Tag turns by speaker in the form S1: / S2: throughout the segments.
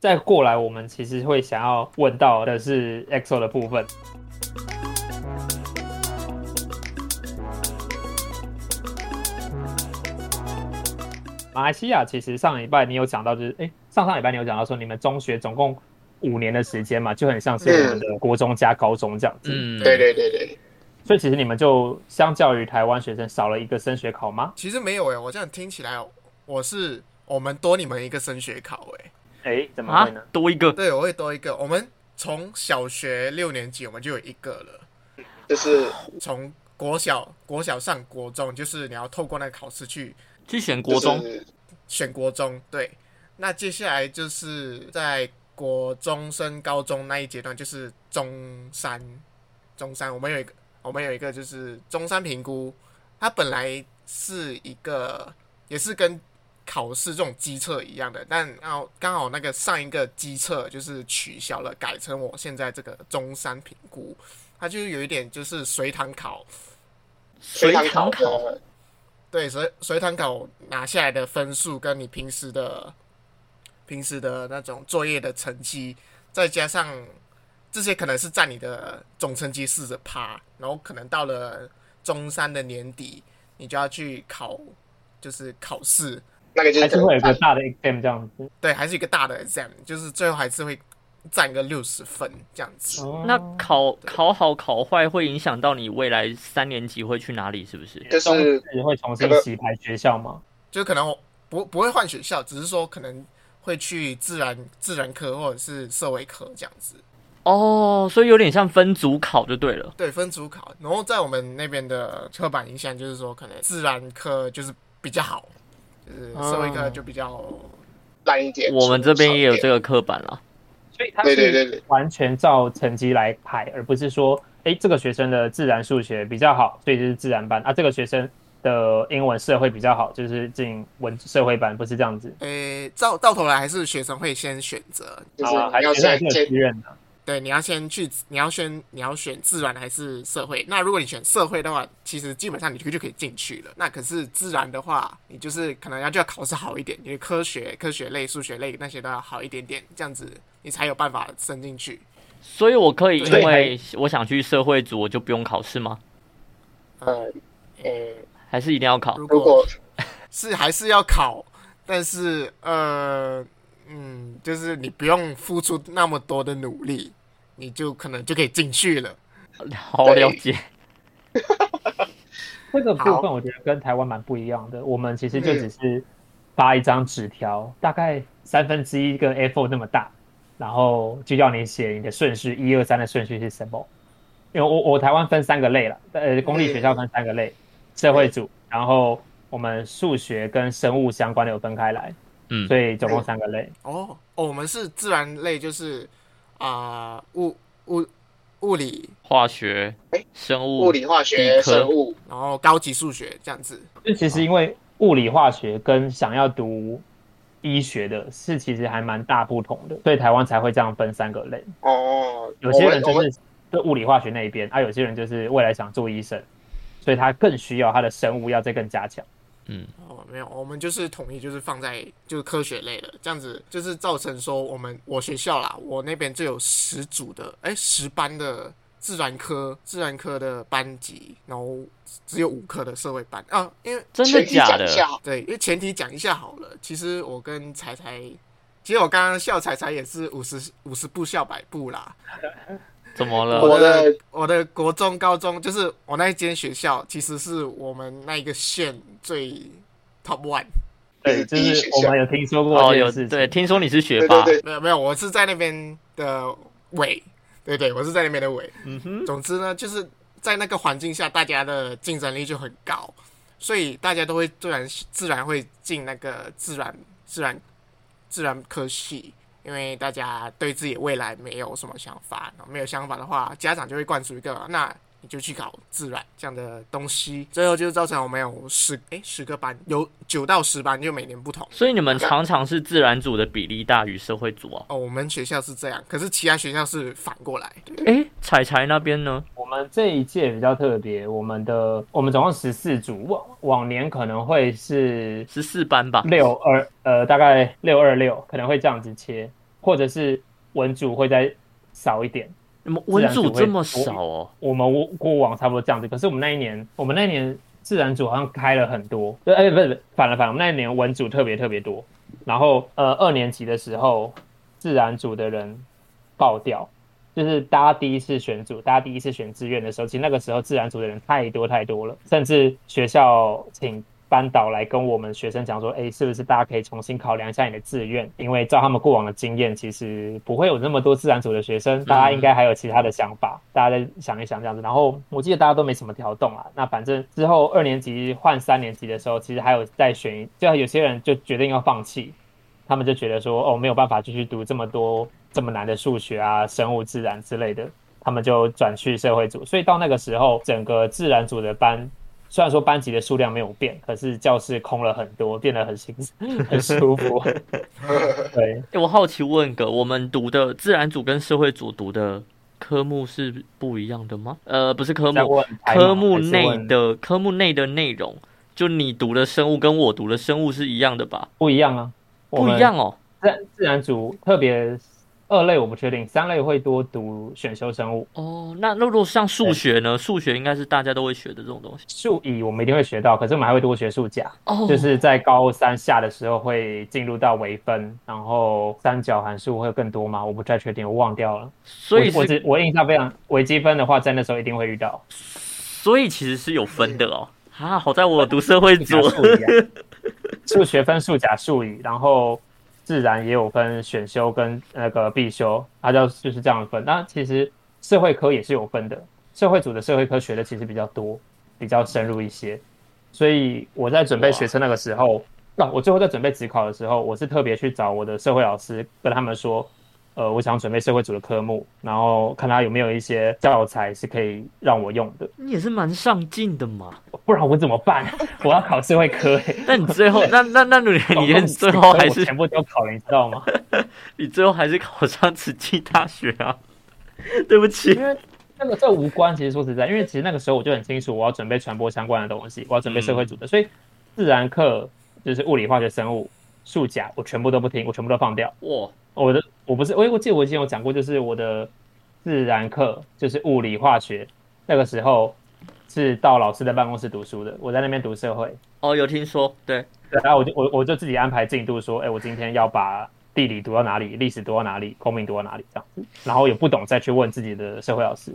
S1: 再过来，我们其实会想要问到的是 EXO 的部分。马来西亚其实上礼拜你有讲到，就是哎、诶上上礼拜你有讲到说你们中学总共五年的时间嘛，就很像是我们的国中加高中这样子。
S2: 嗯，
S3: 对对对对，
S1: 所以其实你们就相较于台湾学生少了一个升学考吗？
S3: 其实没有哎、我这样听起来，我是我们多你们一个升学考哎、
S1: 哎、怎么
S2: 啊
S1: 会呢？，
S2: 多一个，
S3: 对，我会多一个。我们从小学六年级我们就有一个了，
S4: 就是
S3: 从国小国小上国中，就是你要透过那个考试去
S2: 去选国中，
S4: 就是
S3: 选国中。对，那接下来就是在国中升高中那一阶段，就是中三，中三我们有一个，我们有一个就是中三评估，它本来是一个也是跟考试这种机测一样的，但然后刚好那个上一个机测就是取消了，改成我现在这个中三评估，它就是有一点就是随堂考，
S2: 随
S4: 堂
S2: 堂考，
S4: 的，
S3: 对，随随堂考拿下来的分数跟你平时的平时的那种作业的成绩，再加上这些可能是占你的总成绩四十趴，然后可能到了中三的年底，你就要去考，就是考试，
S4: 那个就
S1: 还
S4: 是
S1: 是会有
S2: 呃
S1: 个大的 exam 这样子？
S3: 对，还是一个大的 exam，就是最后还是会占个六十分这样子。
S1: 哦
S2: 那考考好考坏会影响到你未来三年级会去哪里，是不是？
S4: 就
S1: 中
S4: 是
S1: 是会重新洗牌学校吗？
S3: 就可能我不不会换学校，只是说可能会去自然自然科或者是社会科这样子。
S2: 哦，所以有点像分组考就对了。
S3: 对分组考，然后在我们那边的刻板印象就是说，可能自然科就是比较好，就是社会科就比较、
S4: 烂一点。
S2: 我们这边也有这个
S4: 个，
S2: 刻板啦，
S1: 所以他
S4: 对对对
S1: 是
S4: 对
S1: 完全照成绩来排，而不是说，哎，这个学生的自然数学比较好，所以就是自然班啊；这个学生的英文社会比较好，就是进文社会班，不是这样子。
S3: 诶，到到头来还是学生会先选择，
S4: 就是
S1: 啊，还
S4: 你要
S1: 学生还
S4: 先
S1: 是有
S4: 先
S1: 自愿的。
S3: 对，你要先去，你要先你要选自然还是社会？那如果你选社会的话，其实基本上你就就可以进去了。那可是自然的话，你就是可能要就要考试好一点，你的科学、科学类、数学类那些都要好一点点，这样子你才有办法升进去。
S2: 所以我可以因
S1: 对
S2: 为我想去社会组，我就不用考试吗？
S4: 呃呃，
S2: 还是一定要考？
S3: 如
S4: 如果
S3: 是还是要考，但是呃，嗯，就是你不用付出那么多的努力，你就可能就可以进去了。
S2: 好了解，
S1: 这个部
S3: 好
S1: 分我觉得跟台湾蛮不一样的，我们其实就只是发一张纸条，大概三分之一跟 A4 那么大，然后就要你写你的顺序，一二三的顺序是什么？因为我我台湾分三个类了，呃，公立学校分三个类，社会组，然后我们数学跟生物相关的有分开来，
S2: 嗯
S1: 所以总共三个类。
S3: 哦，哦我们是自然类，就是啊、物物物理，
S2: 化学
S4: 哎、
S2: 生物、
S4: 物理、化学、
S2: 理科
S4: 生物，
S3: 然后高级数学这样子。
S1: 就其实因为物理化学跟想要读医学的是其实还蛮大不同的，所以台湾才会这样分三个类。
S4: 哦，
S1: 有些人
S4: 我
S1: 就
S4: 们
S1: 是对物理化学那一边，啊，有些人就是未来想做医生，所以他更需要他的生物要再更加强。
S3: 哦，没有，我们就是统一就是放在就是科学类的，这样子就是造成说我们我学校啦，我那边就有十组的，哎，十班的自然科自然科的班级，然后只有五科的社会班啊，因为
S2: 真的
S4: 前提
S2: 假
S4: 讲
S2: 的
S4: 一？下好，
S3: 对，因为前提讲一下好了，其实我跟彩彩，其实我刚刚笑彩彩也是五十五十步笑百步啦，
S2: 怎么
S4: 我
S2: 了？
S4: 的
S3: 我的国中、高中，就是我那一间学校，其实是我们那一个县最 top one。
S1: 对，
S4: 对
S1: 就
S4: 第
S1: 是
S4: 一选项
S1: 我们有听说过
S2: 哦，
S1: 这件
S2: 有
S1: 事情。
S2: 对，听说你是学
S4: 对
S2: 霸
S4: 对，对，
S3: 没有没有，我是在那边的尾，对对，我是在那边的尾。
S2: 嗯哼，
S3: 总之呢，就是在那个环境下，大家的竞争力就很高，所以大家都会自然自然会进那个自然自然自然科系，因为大家对自己未来没有什么想法，然后没有想法的话，家长就会灌输一个那。你就去搞自然这样的东西，最后就造成我们有十诶十个班，有九到十班，就每年不同。
S2: 所以你们常常是自然组的比例大于社会组哦。
S3: 哦，我们学校是这样，可是其他学校是反过来。对，
S2: 哎、彩彩那边呢？
S1: 我们这一届比较特别，我们的我们总共十四组，往往年可能会是
S2: 十四班吧？
S1: 六二呃，大概六二六可能会这样子切。或者是文组会再少一点。
S2: 那么文组这么
S1: 自然
S2: 少哦，
S1: 我们过过往差不多这样子，可是我们那一年，我们那一年自然组好像开了很多，呃，哎、不是，不是反了反了，我们那一年文组特别特别多。然后呃，二年级的时候，自然组的人爆掉，就是大家第一次选组，大家第一次选志愿的时候，其实那个时候自然组的人太多太多了，甚至学校请班导来跟我们学生讲说，哎，是不是大家可以重新考量一下你的志愿？因为照他们过往的经验，其实不会有那么多自然组的学生，大家应该还有其他的想法，大家再想一想这样子。然后我记得大家都没什么调动啊，那反正之后二年级换三年级的时候，其实还有再选一，就有些人就决定要放弃，他们就觉得说，哦，没有办法继续读这么多这么难的数学啊、生物、自然之类的，他们就转去社会组。所以到那个时候，整个自然组的班，虽然说班级的数量没有变，可是教室空了很多，变得很心很舒服。对，
S2: 哎、我好奇问个，我们读的自然组跟社会组读的科目是不一样的吗？呃，不是科
S1: 在
S2: 目，
S1: 问台吗
S2: 科目
S1: 还
S2: 内
S1: 是问
S2: 的科目内的内容，就你读的生物跟我读的生物是一样的吧？
S1: 不一样啊，我
S2: 不
S1: 们
S2: 一样哦。
S1: 自然自然组特别二类我不确定，三类会多读选修生物。
S2: 哦，那那如果像数学呢？数学应该是大家都会学的这种东西。
S1: 数乙我们一定会学到，可是我们还会多学数甲。
S2: 哦，
S1: 就是在高三下的时候会进入到微分，然后三角函数会更多吗？我不太确定，我忘掉了。
S2: 所以
S1: 我我
S2: 是
S1: 只我印象非常，微积分的话在那时候一定会遇到。
S2: 所以其实是有分的哦。啊，好在我有读社会组
S1: 数。甲数乙啊 数学分数甲数乙，然后自然也有分选修跟那个必修，它叫就是这样分。那其实社会科也是有分的，社会组的社会科学的其实比较多，比较深入一些。所以我在准备学车那个时候，那、我最后在准备职考的时候，我是特别去找我的社会老师，跟他们说，呃，我想准备社会组的科目，然后看他有没有一些教材是可以让我用的，
S2: 你也是蛮上进的嘛。
S1: 不然我怎么办？ 我要考社会科、欸。
S2: 那你最后，那那那 你
S1: 总
S2: 你
S1: 共
S2: 最
S1: 几
S2: 后
S1: 科
S2: 还
S1: 哦我
S2: 是
S1: 全部都考了，你知道 吗？
S2: 你最后还是考上慈济大学啊？对不起
S1: 因，为那个这无关，其实说实在，因为其实那个时候我就很清楚，我要准备传播相关的东西，我要准备
S2: 嗯
S1: 社会组的，所以自然课就是物理、化学、生物、数甲，我全部都不听，我全部都放掉。
S2: 哇，
S1: 我的我不是，我我记得我以前有讲过，就是我的自然课就是物理、化学，那个时候是到老师的办公室读书的，我在那边读社会，
S2: 哦，有听说，对，
S1: 对，然后我就我我就自己安排进度，说，哎，我今天要把地理读到哪里，历史读到哪里，公民读到哪里这样子。然后有不懂再去问自己的社会老师，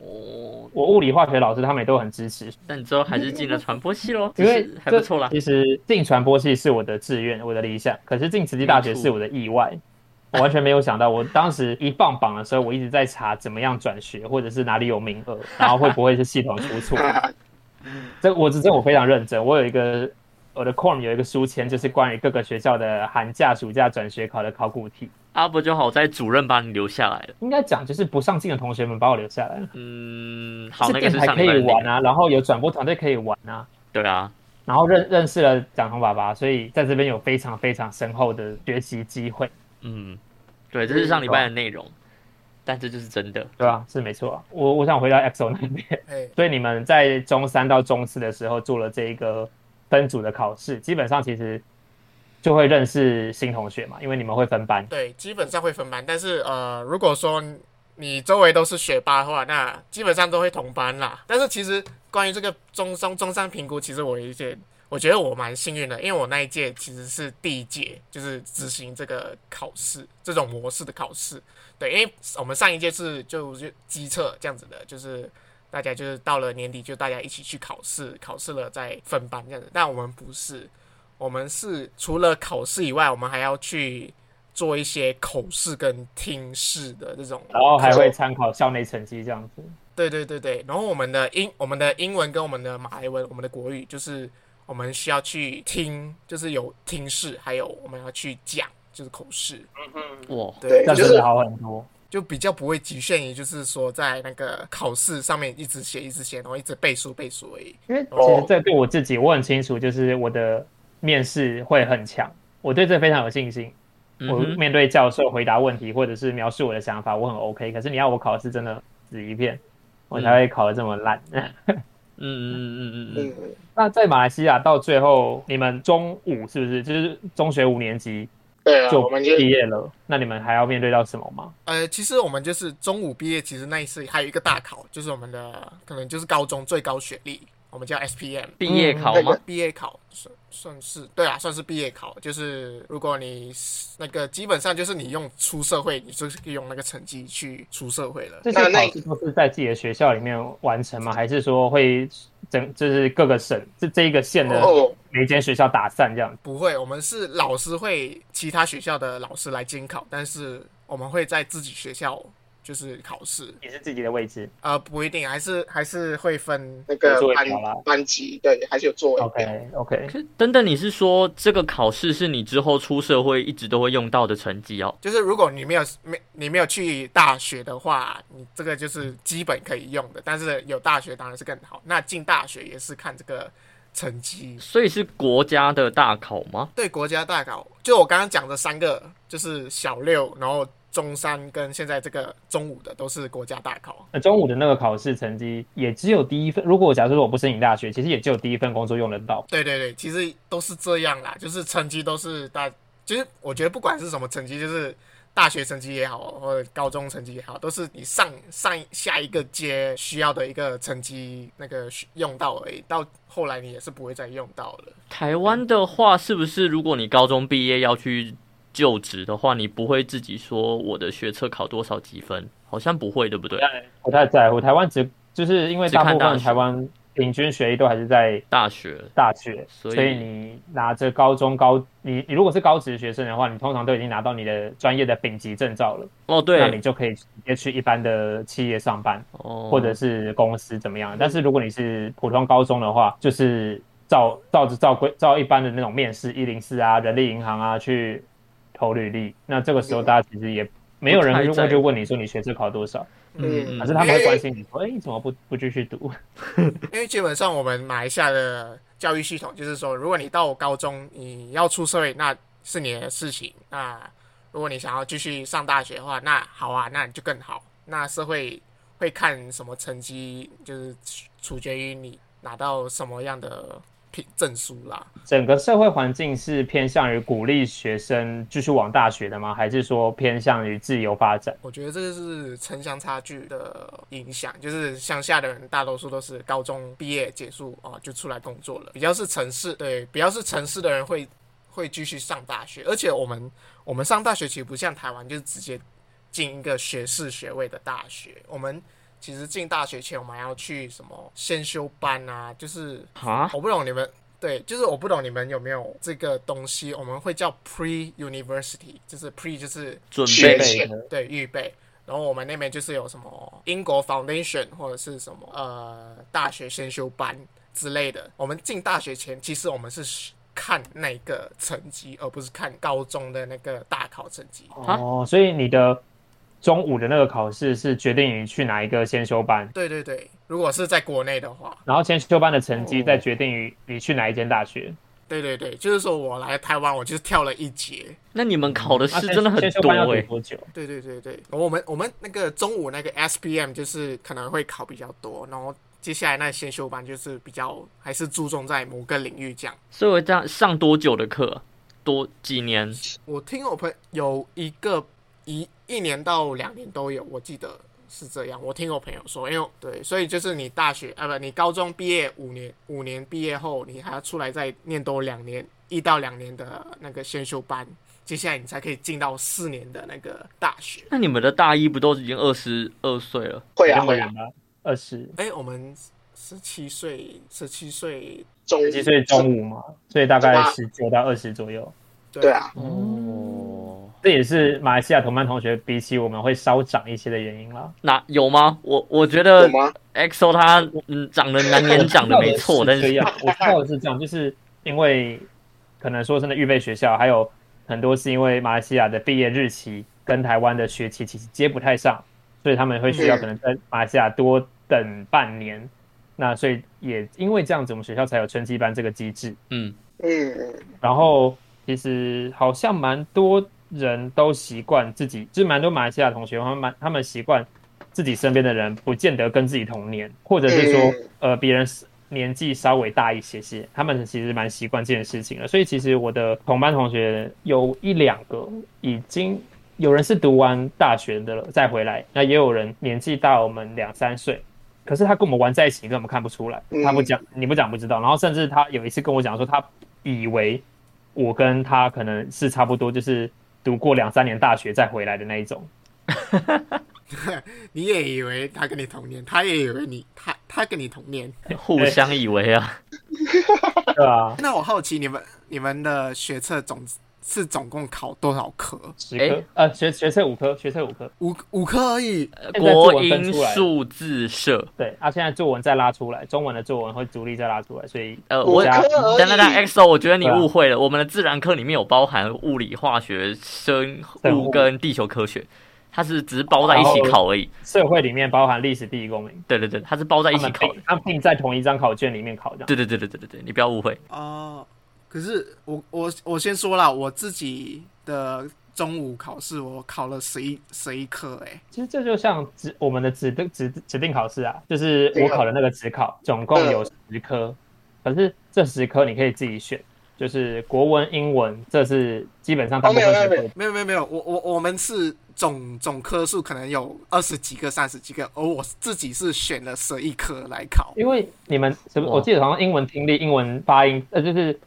S2: 哦，
S1: 我物理化学老师他们也都很支持，
S2: 那你最后还是进了传播系咯，
S1: 因为
S2: 只是还
S1: 这
S2: 不错啦。
S1: 其实进传播系是我的志愿，我的理想，可是进慈济大学是我的意外。我完全没有想到，我当时一放榜的时候，我一直在查怎么样转学，或者是哪里有名额，然后会不会是系统出错。这我这这我非常认真，我有一个我的 c o r m 有一个书签，就是关于各个学校的寒假、暑假转学考的考古题。
S2: 阿伯就好在主任把你留下来了。
S1: 应该讲就是不上进的同学们把我留下来了。
S2: 嗯，好，那
S1: 电
S2: 个是
S1: 台
S2: 上
S1: 可
S2: 礼拜
S1: 以
S2: 的那
S1: 玩
S2: 个，
S1: 啊，然后有转播团队可以玩啊，
S2: 对啊，
S1: 然后认认识了蒋彤爸爸，所以在这边有非常非常深厚的学习机会，
S2: 嗯，对，这是上礼拜的内容，但这就是真的。
S1: 对吧、是没错啊、我我想回到 EXO 那边，
S3: 哎，
S1: 所以你们在中三到中四的时候做了这一个分组的考试，基本上其实就会认识新同学嘛，因为你们会分班。
S3: 对，基本上会分班，但是呃，如果说你周围都是学霸的话，那基本上都会同班啦。但是其实关于这个中中中上评估，其实我有一些，我觉得我蛮幸运的，因为我那一届其实是第一届，就是执行这个考试这种模式的考试。对，因为我们上一届是就是机测这样子的，就是大家就是到了年底就大家一起去考试，考试了再分班这样子。但我们不是，我们是除了考试以外，我们还要去做一些口试跟听试的这种。
S1: 然后还会参考校内成绩这样子，
S3: 对对对对，然后我们的英、我们的英文跟我们的马来文、我们的国语，就是我们需要去听，就是有听试，还有我们要去讲，就是口试。
S2: 哇，
S3: 对，
S4: 对
S1: 这
S3: 就
S1: 样
S4: 就是
S1: 真的好很多。
S3: 就比较不会局限于，就是说在那个考试上面一直写一直写，然后一直背书背书而已。
S1: 因为其实
S4: 哦
S1: 这对我自己，我很清楚，就是我的面试会很强，我对这非常有信心。
S2: 嗯
S1: 我
S2: 哼，
S1: 面对教授回答问题或者是描述我的想法，我很 OK。可是你要我考试，真的死一片，我才会考得这么烂。
S2: 嗯嗯嗯嗯嗯，
S4: 嗯，
S1: 那在马来西亚到最后，你们中五是不是就是中学五年级
S4: 对啊，
S1: 就
S4: 我们就
S1: 毕业了，那你们还要面对到什么吗？
S3: 呃，其实我们就是中午毕业，其实那一次还有一个大考，就是我们的可能就是高中最高学历，我们叫 SPM
S2: 毕业考
S4: 那
S2: 吗
S1: 嗯
S4: 个？
S3: 呃毕业考，算算是对啊，算是毕业考。就是如果你是那个基本上就是你用出社会，你就是用那个成绩去出社会了。
S1: 这些
S4: 那那
S1: 考试都是在自己的学校里面完成吗？还是说会整就是各个省这这一个县的
S4: 哦，
S1: 每一间学校打散这样？
S3: 不会，我们是老师会其他学校的老师来监考，但是我们会在自己学校就是考试。
S1: 也是自己的位置
S3: 呃，不一定，还是还是会分
S4: 那
S1: 有
S4: 个
S1: 座位
S4: 班
S1: 表啦
S4: 班级对，还是有座位表。
S1: ？OK OK，
S2: 可是等等，你是说这个考试是你之后出社会一直都会用到的成绩哦？
S3: 就是如果你没有没你没有去大学的话，你这个就是基本可以用的，但是有大学当然是更好。那进大学也是看这个成绩。
S2: 所以是国家的大考吗？
S3: 对国家大考，就我刚刚讲的三个，就是小六，然后中三跟现在这个中五的都是国家大考。
S1: 那中午的那个考试成绩也只有第一份，如果假设说我不申请大学，其实也只有第一份工作用得到。
S3: 对对对，其实都是这样啦，就是成绩都是大，其实我觉得不管是什么成绩，就是大学成绩也好，或者高中成绩也好，都是你上上下一个阶需要的一个成绩那个需用到而已，到后来你也是不会再用到了。
S2: 台湾的话，是不是如果你高中毕业要去就职的话，你不会自己说我的学测考多少几分？好像不会，对不对？
S1: 不太在乎台湾只就是因为
S2: 只看
S1: 大部
S2: 大
S1: 分
S2: 学
S1: 台湾平均学历都还是在
S2: 大学
S1: 大学，
S2: 所
S1: 所
S2: 以
S1: 以你拿着高中高你你如果是高职学生的话，你通常都已经拿到你的专业的丙级证照了，
S2: 哦，
S1: 那你
S2: 对，
S1: 就可以直接去一般的企业上班
S2: 哦，
S1: 或者是公司怎么样。但是如果你是普通高中的话，就是照照着照规照一般的那种面试一零四啊、人力银行啊去投履历，那这个时候大家其实也。没有人
S2: 不
S1: 会
S2: 太在乎
S1: 去问你说你学制考多少，
S4: 嗯
S1: 可啊是他们会关心你说，哎，你怎么不不继续读？
S3: 因为基本上我们马来西亚的教育系统就是说，如果你到高中，你要出社会，那是你的事情。那如果你想要继续上大学的话，那好啊，那你就更好。那社会会看什么成绩，就是取决于你拿到什么样的聘证书啦。
S1: 整个社会环境是偏向于鼓励学生继续往大学的吗？还是说偏向于自由发展？
S3: 我觉得这就是城乡差距的影响，就是乡下的人大多数都是高中毕业结束啊、就出来工作了，比较是城市对，比较是城市的人会会继续上大学，而且我们我们上大学其实不像台湾，就是直接进一个学士学位的大学，我们其实进大学前我们还要去什么先修班啊，就是
S2: 啊，
S3: 我不懂你们对，就是我不懂你们有没有这个东西，我们会叫 pre university，就是 pre 就是
S2: 准
S4: 学
S2: 备
S4: 习
S1: 对的
S3: 对预备。然后我们那边就是有什么英国 foundation 或者是什么呃大学先修班之类的。我们进大学前，其实我们是看那个成绩，而不是看高中的那个大考成绩。
S1: 哦，所以你的中午的那个考试是决定你去哪一个先修班，
S3: 对对对，如果是在国内的话，
S1: 然后先修班的成
S4: 哦
S1: 绩再决定于你去哪一间大学。
S3: 对对对，就是说我来台湾，我就是跳了一节。
S2: 那你们考的
S1: 那
S2: 试
S1: 啊先
S2: 真的很
S1: 先修
S2: 多
S1: 班要读
S2: 哎、
S1: 多久？
S3: 对对对对，然后我们我们那个中午那个 S P M 就是可能会考比较多，然后接下来那先修班就是比较还是注重在某个领域这样。
S2: 所以我这样上多久的课？多几年？
S3: 我听我朋有一个一一年到两年都有，我记得是这样。我听我朋友说，因为对，所以就是你大学啊不，你高中毕业五年，五年毕业后你还要出来再念多两年，一到两年的那个先修班，接下来你才可以进到四年的那个大学。
S2: 那你们的大一不都已经二十二岁了？
S4: 会啊
S1: 那么
S4: 会啊
S1: 远，吗？二十
S3: 哎，我们十七岁，十七岁，
S4: 中
S1: 十七岁中午嘛，所以大概
S4: 对啊
S1: 十九到二十左右。
S3: 对
S4: 对啊，
S2: 哦，
S1: 这也是马来西亚同班同学比起我们会稍长一些的原因啦。
S2: 那有吗？我我觉得
S4: 有吗？
S2: EXO 他嗯长得难言长得没 错，但
S1: 这
S2: 是
S1: 样，我知道的是这样，就是因为可能说真的，预备学校还有很多是因为马来西亚的毕业日期跟台湾的学期其实接不太上，所以他们会需要
S4: 嗯
S1: 可能在马来西亚多等半年。那所以也因为这样子，我们学校才有春季班这个机制。
S2: 嗯，
S4: 嗯嗯，
S1: 然后其实好像蛮多人都习惯自己，就是蛮多马来西亚同学，他们蛮他们习惯自己身边的人不见得跟自己同年，或者是说、
S4: 嗯
S1: 呃别人年纪稍微大一些些，他们其实蛮习惯这件事情了。所以其实我的同班同学有一两个已经有人是读完大学的了再回来，那也有人年纪大我们两三岁，可是他跟我们玩在一起，你根本看不出来，他不讲，你不讲不知道。然后甚至他有一次跟我讲说，他以为我跟他可能是差不多，就是读过两三年大学再回来的那一 种。
S3: 你也以为他跟你同年，他也以为你他他跟你同年。
S2: 互相以为啊，
S1: 对啊，
S3: 那我好奇你们你们的学测总是总共考多少科？
S1: 十科，呃，学学测五科，学测五科，
S3: 五五科而已。
S1: 现在作
S2: 国
S1: 文分
S2: 英
S1: 出来了
S2: 数字社，
S1: 对，啊，现在作文再拉出来，中文的作文会独立再拉出来，所以
S2: 呃，
S4: 五
S2: 我
S1: 科
S2: 等
S4: 而已
S2: 等等，XO，我觉得你
S1: 对啊
S2: 误会了，我们的自然课里面有包含物理、化学、生
S1: 生
S2: 物
S1: 物
S2: 跟地球科学，它是只是包在一起
S1: 然后
S2: 考而已。
S1: 社会里面包含历史、地理、公民，
S2: 对对对，它是包在一
S1: 他
S2: 起
S1: 们
S2: 考的
S1: 并。他们并在同一张考卷里面考这样。
S2: 对对对对对对对，你不要误会。
S3: 哦，可是我我我先说了，我自己的中午考试我考了十一十一科、欸，
S1: 其实这就像指我们的指定指指定考试啊，就是
S4: 对
S1: 我
S4: 啊
S1: 考的那个指考，总共有十科，可是这十科你可以自己选，就是国文、英文，这是基本上大部分
S4: 哦没有
S1: 学
S4: 没有
S1: 会
S3: 没有没有没有，我我我们是总总科数可能有二十几个、三十几个，而我自己是选了十一科来考。
S1: 因为你们什么？
S2: 哇
S1: 我记得好像英文听力、英文发音，呃，就是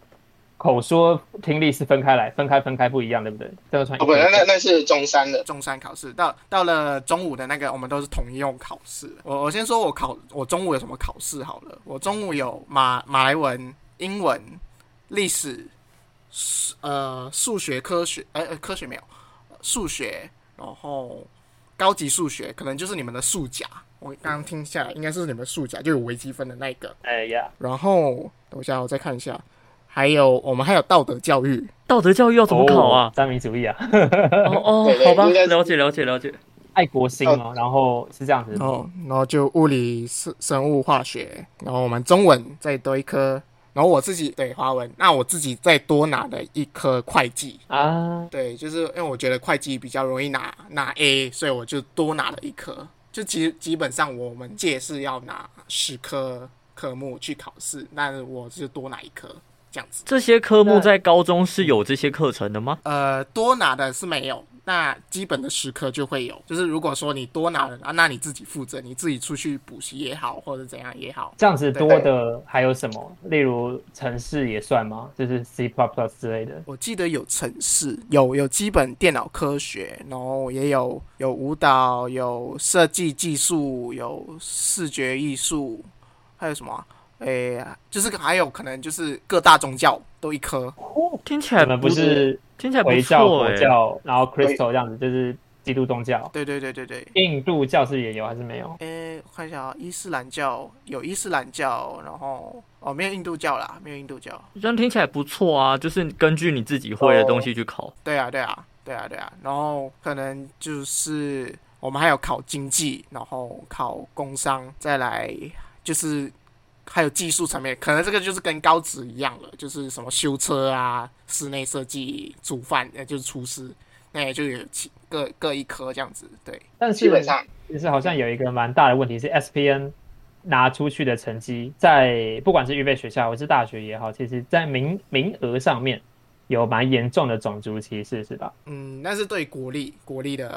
S1: 口说听力是分开来，分开分开不一样，对不对？这个算
S4: 哦不，那那那是中山的，
S3: 中山考试到到了中午的那个，我们都是统一用考试。我我先说我考我中午有什么考试好了，我中午有马马来文、英文、历史、数呃数学、科学，呃呃科学没有，数学，然后高级数学，可能就是你们的数甲。我刚刚听下来，应该是你们的数甲，就有微积分的那一个。
S1: 哎呀，
S3: 然后等一下我再看一下，还有我们还有道德教育，
S2: 道德教育要怎么考啊
S1: 哦？三民主义啊，
S2: 哦哦
S4: 对，对
S2: 好吧，
S4: 应该是
S2: 了解了解了解。
S1: 爱国心哦，然后是这样子
S2: 哦
S3: 然，后哦然后就物理、生生物、化学，然后我们中文再多一科，然后我自己对华文，那我自己再多拿了一科会计。
S1: 啊，
S3: 对，就是因为我觉得会计比较容易拿拿 A，所以我就多拿了一科。就基基本上我们届是要拿十科科目去考试，但是我就多拿一科这样子。
S2: 这些科目
S1: 那
S2: 在高中是有这些课程的吗？
S3: 呃，多拿的是没有，那基本的十科就会有。就是如果说你多拿了啊，那你自己负责，你自己出去补习也好，或者怎样也好。
S1: 这样子多的还有什么？例如城市也算吗？就是 C plus plus 之类的。
S3: 我记得有城市，有有基本电脑科学，然后也有有舞蹈，有设计技术，有视觉艺术，还有什么啊、诶、就是还有可能就是各大宗教都一科。
S2: 听起
S1: 你
S2: 来
S1: 们不是
S2: 听起来不
S1: 回教、
S2: 错
S1: 佛
S2: 哎、
S1: 教，然后 Crystal 这样子，就是基督宗教。
S3: 对对对对对。
S1: 印度教是也有还是没有？
S3: 诶，我看一下啊，伊斯兰教有伊斯兰教，然后哦，没有印度教啦，没有印度教。
S2: 这样听起来不错啊，就是根据你自己会的东西去考。
S3: 对啊，对啊，对啊，对啊。然后可能就是哦我们还有考经济，然后考工商，再来就是还有技术层面，可能这个就是跟高职一样了，就是什么修车啊、室内设计、煮饭，呃，就是厨师，那也就有其各各一科这样子。对，
S1: 但是
S4: 基本上
S1: 其实好像有一个蛮大的问题是 SPN 拿出去的成绩，在不管是预备学校还是大学也好，其实在名名额上面有蛮严重的种族歧视，是吧？
S3: 嗯，那是对国立国立的，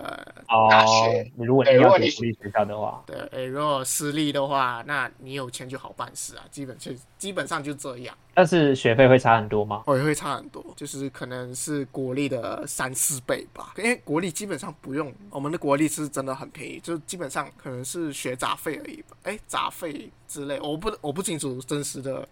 S1: 哦
S4: 大学，
S1: 如果
S4: 对
S1: 你
S4: 如
S1: 要
S4: 果
S1: 读
S4: 你
S1: 私立学校的话，
S3: 对，诶，呃如果私立的话，那你有钱就好办事啊，基本就基本上就这样。
S1: 但是学费会差很多吗？
S3: 哦，也会差很多，就是可能是国力的三四倍吧，因为国力基本上不用，我们的国力是真的很便宜，就基本上可能是学杂费而已吧，哎，杂费之类，我不我不清楚真实的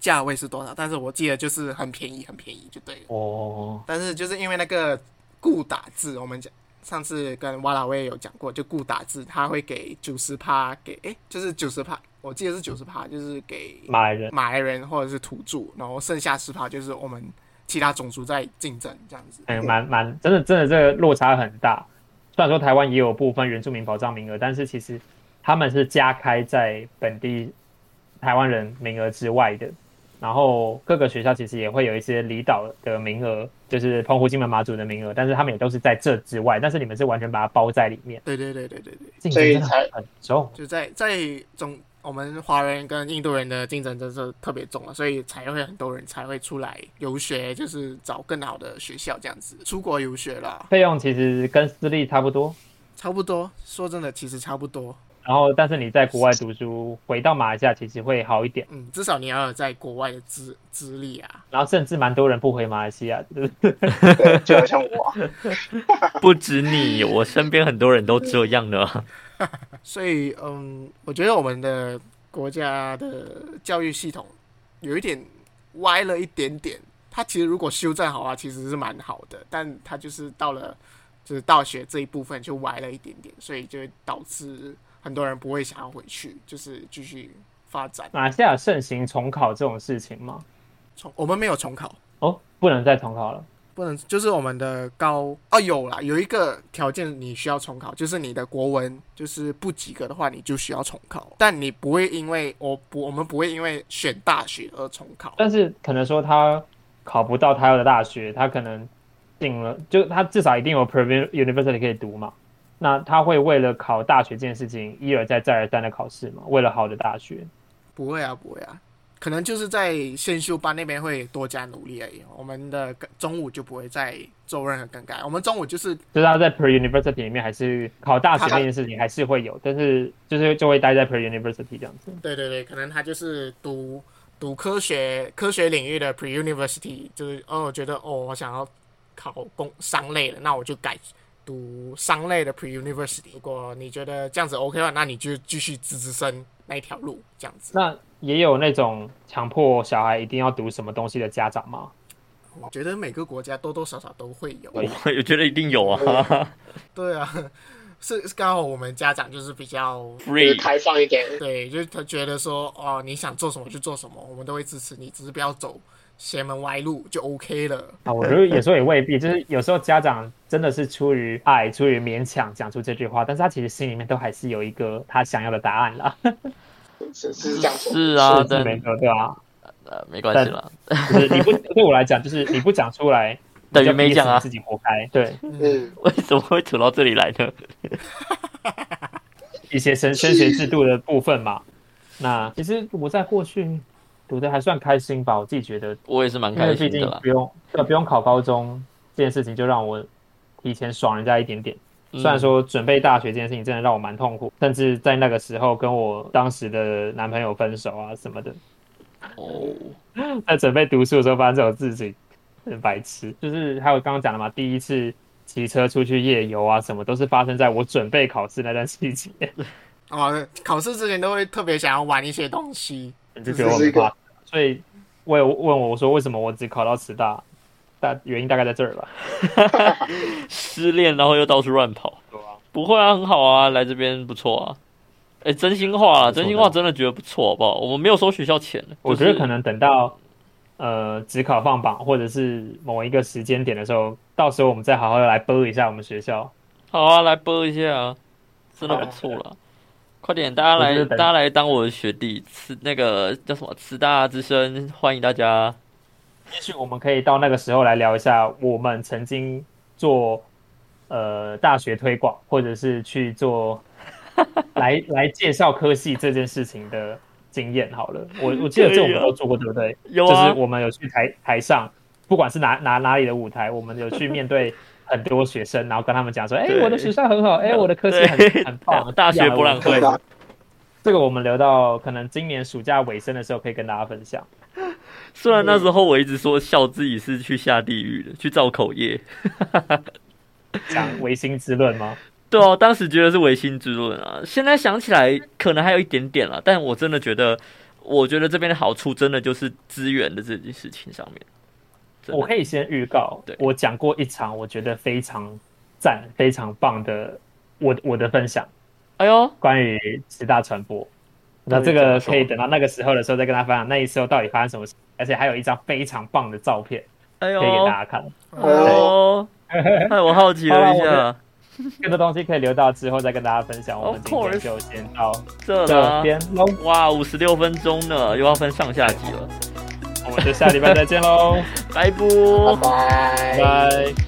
S3: 价位是多少，但是我记得就是很便宜，很便宜就对了。
S1: 哦，
S3: 但是就是因为那个固打字，我们讲上次跟瓦拉威有讲过，就固打字，他会给九十趴给，哎，就是九十趴，我记得是九十趴，就是给
S1: 马来人
S3: 马来人或者是土著，然后剩下十趴就是我们其他种族在竞争这样子。
S1: 哎，蛮蛮真的，真的这个落差很大。虽然说台湾也有部分原住民保障名额，但是其实他们是加开在本地台湾人名额之外的。然后各个学校其实也会有一些离岛的名额，就是澎湖、金门、马祖的名额，但是他们也都是在这之外。但是你们是完全把它包在里面，
S3: 对对对对对对，
S1: 竞
S4: 所
S1: 争
S4: 以
S1: 真的
S4: 才
S1: 很重。
S3: 就在在种我们华人跟印度人的竞争真是特别重了，所以才会很多人才会出来游学，就是找更好的学校这样子，出国游学啦，
S1: 费用其实跟私立差不多，
S3: 差不多。说真的，其实差不多。
S1: 然后但是你在国外读书，回到马来西亚其实会好一点。
S3: 嗯，至少你要有在国外的资资历啊。
S1: 然后甚至蛮多人不回马来西亚的，对不对
S4: 对，就好像我，
S2: 不止你，我身边很多人都这样啊呢。
S3: 所以，嗯，我觉得我们的国家的教育系统有一点歪了一点点。它其实如果修正好啊，其实是蛮好的，但它就是到了就是大学这一部分就歪了一点点，所以就会导致很多人不会想要回去，就是继续发展。
S1: 马来西亚有盛行重考这种事情吗？
S3: 重我们没有重考，
S1: 哦，不能再重考了。
S3: 不能就是我们的高哦有啦，有一个条件你需要重考，就是你的国文就是不及格的话，你就需要重考。但你不会因为我不我们不会因为选大学而重考。
S1: 但是可能说他考不到他要的大学，他可能进了，就他至少一定有 private university 可以读嘛。那他会为了考大学这件事情一而再再而三的考试嘛？为了好的大学，
S3: 不会啊，不会啊，可能就是在先修班那边会多加努力而已。我们的中午就不会再做任何更改，我们中午就是
S1: 就是他在 pre university 里面还是考大学这件事情还是会有，但是就是就会待在 pre university 这样子。
S3: 对对对，可能他就是读读科学科学领域的 pre university，就是哦，我觉得哦，我想要考工商类的，那我就改读商类的 pre university。如果你觉得这样子 OK 的话，那你就继续直直升那一条路，这样子。
S1: 那也有那种强迫小孩一定要读什么东西的家长吗？
S3: 我觉得每个国家多多少少都会
S1: 哎
S3: 有，
S2: 我也觉得一定有啊
S3: 对啊，是是刚好我们家长就是比较
S4: 就是
S2: ，free
S4: 开放一点，
S3: 对，就是他觉得说，哦，你想做什么就做什么，我们都会支持你，只是不要走邪门歪路就 OK 了。
S1: 啊，我觉得有时候也未必，就是有时候家长真的是出于爱、出于勉强讲出这句话，但是他其实心里面都还是有一个他想要的答案啦。
S4: 是是这样说。
S2: 是啊，
S1: 是
S2: 但
S1: 没错，对啊，
S2: 呃没关系啦，
S1: 就是你不对我来讲，就是你不讲出来，
S2: 等于
S1: 你就逼
S2: 没
S1: 死
S2: 讲啊
S1: 你自己活该。对
S4: 嗯，
S2: 为什么会扯到这里来呢？
S1: 一些升升学制度的部分嘛，那其实我在过去读的还算开心吧，我自己觉得，
S2: 我也是蛮
S1: 因为
S2: 开
S1: 毕
S2: 心的啊
S1: 竟
S2: 啦。
S1: 不用对不用考高中这件事情，就让我提前爽人家一点点。
S2: 嗯
S1: 虽然说准备大学这件事情真的让我蛮痛苦，甚至在那个时候跟我当时的男朋友分手啊什么的，
S2: 哦，
S1: 在准备读书的时候发生这种事情，很白痴。就是还有刚刚讲的嘛，第一次骑车出去夜游啊什么，都是发生在我准备考试那段期间，
S3: 哦，考试之前都会特别想要玩一些东西，
S1: 你就觉得我很怕。所以我有问我说为什么我只考到师大，大原因大概在这儿吧。
S2: 失恋然后又到处乱跑，
S1: 对啊，
S2: 不会啊，很好啊，来这边不错啊。哎，真心话啊，
S1: 不错
S2: 真心话真的觉得不错，好不好？我们没有收学校钱，
S1: 我觉得可
S2: 能
S1: 能等到呃只考放榜或者是某一个时间点的时候，到时候我们再好好的来播一下我们学校。
S2: 好啊，来播一下啊，真的不错了。快点，大家
S1: 啊我觉
S2: 来，
S1: 得等
S2: 大家来当我的学弟，慈那个叫什么慈大之声，欢迎大家。
S1: 也许我们可以到那个时候来聊一下我们曾经做呃大学推广，或者是去 做来来介绍科系这件事情的经验好了。我我记得这我们都做过，对不对？
S2: 啊有
S1: 就是
S2: 啊，
S1: 我们有去台台上，不管是哪哪哪里的舞台，我们有去面对很多学生，然后跟他们讲说：“哎、
S2: 对
S1: 我的学校很好，哎、我的科系
S2: 对
S1: 很很棒。”
S2: 大学博览会
S4: 对吧？
S1: 这个我们留到可能今年暑假尾声的时候可以跟大家分享。
S2: 虽然那时候我一直说笑自己是去下地狱的，去造口业。
S1: 讲唯心之论吗？
S2: 对啊，当时觉得是唯心之论啊，现在想起来可能还有一点点啦，但我真的觉得，我觉得这边的好处真的就是资源的这件事情上面。真
S1: 我
S2: 的
S1: 可以先预告
S2: 对，
S1: 我讲过一场我觉得非常赞、非常棒的我我的分享，
S2: 哎呦，
S1: 关于十大传播。那这
S2: 对讲
S1: 个
S2: 得
S1: 可以
S2: 爽
S1: 等到那个时候的时候再跟他分享，那一时候到底发生什么事，而且还有一张非常棒的照片
S2: 哎呦，
S1: 可以给大家看。
S2: 哎
S4: 哦
S2: 呦，害我好奇了一
S1: 好
S2: 下，
S1: 这个东西可以留到之后再跟大家分享。我
S2: Of
S1: 们今
S2: course
S1: 天就先到
S2: 这
S1: 这
S2: 啦，
S1: 边喽，
S2: 哇，五十六分钟呢，又要分上下集了，
S1: 我们就下礼拜再见喽，
S2: 拜拜。
S4: 拜拜
S1: 拜。
S2: 哎
S1: 拜。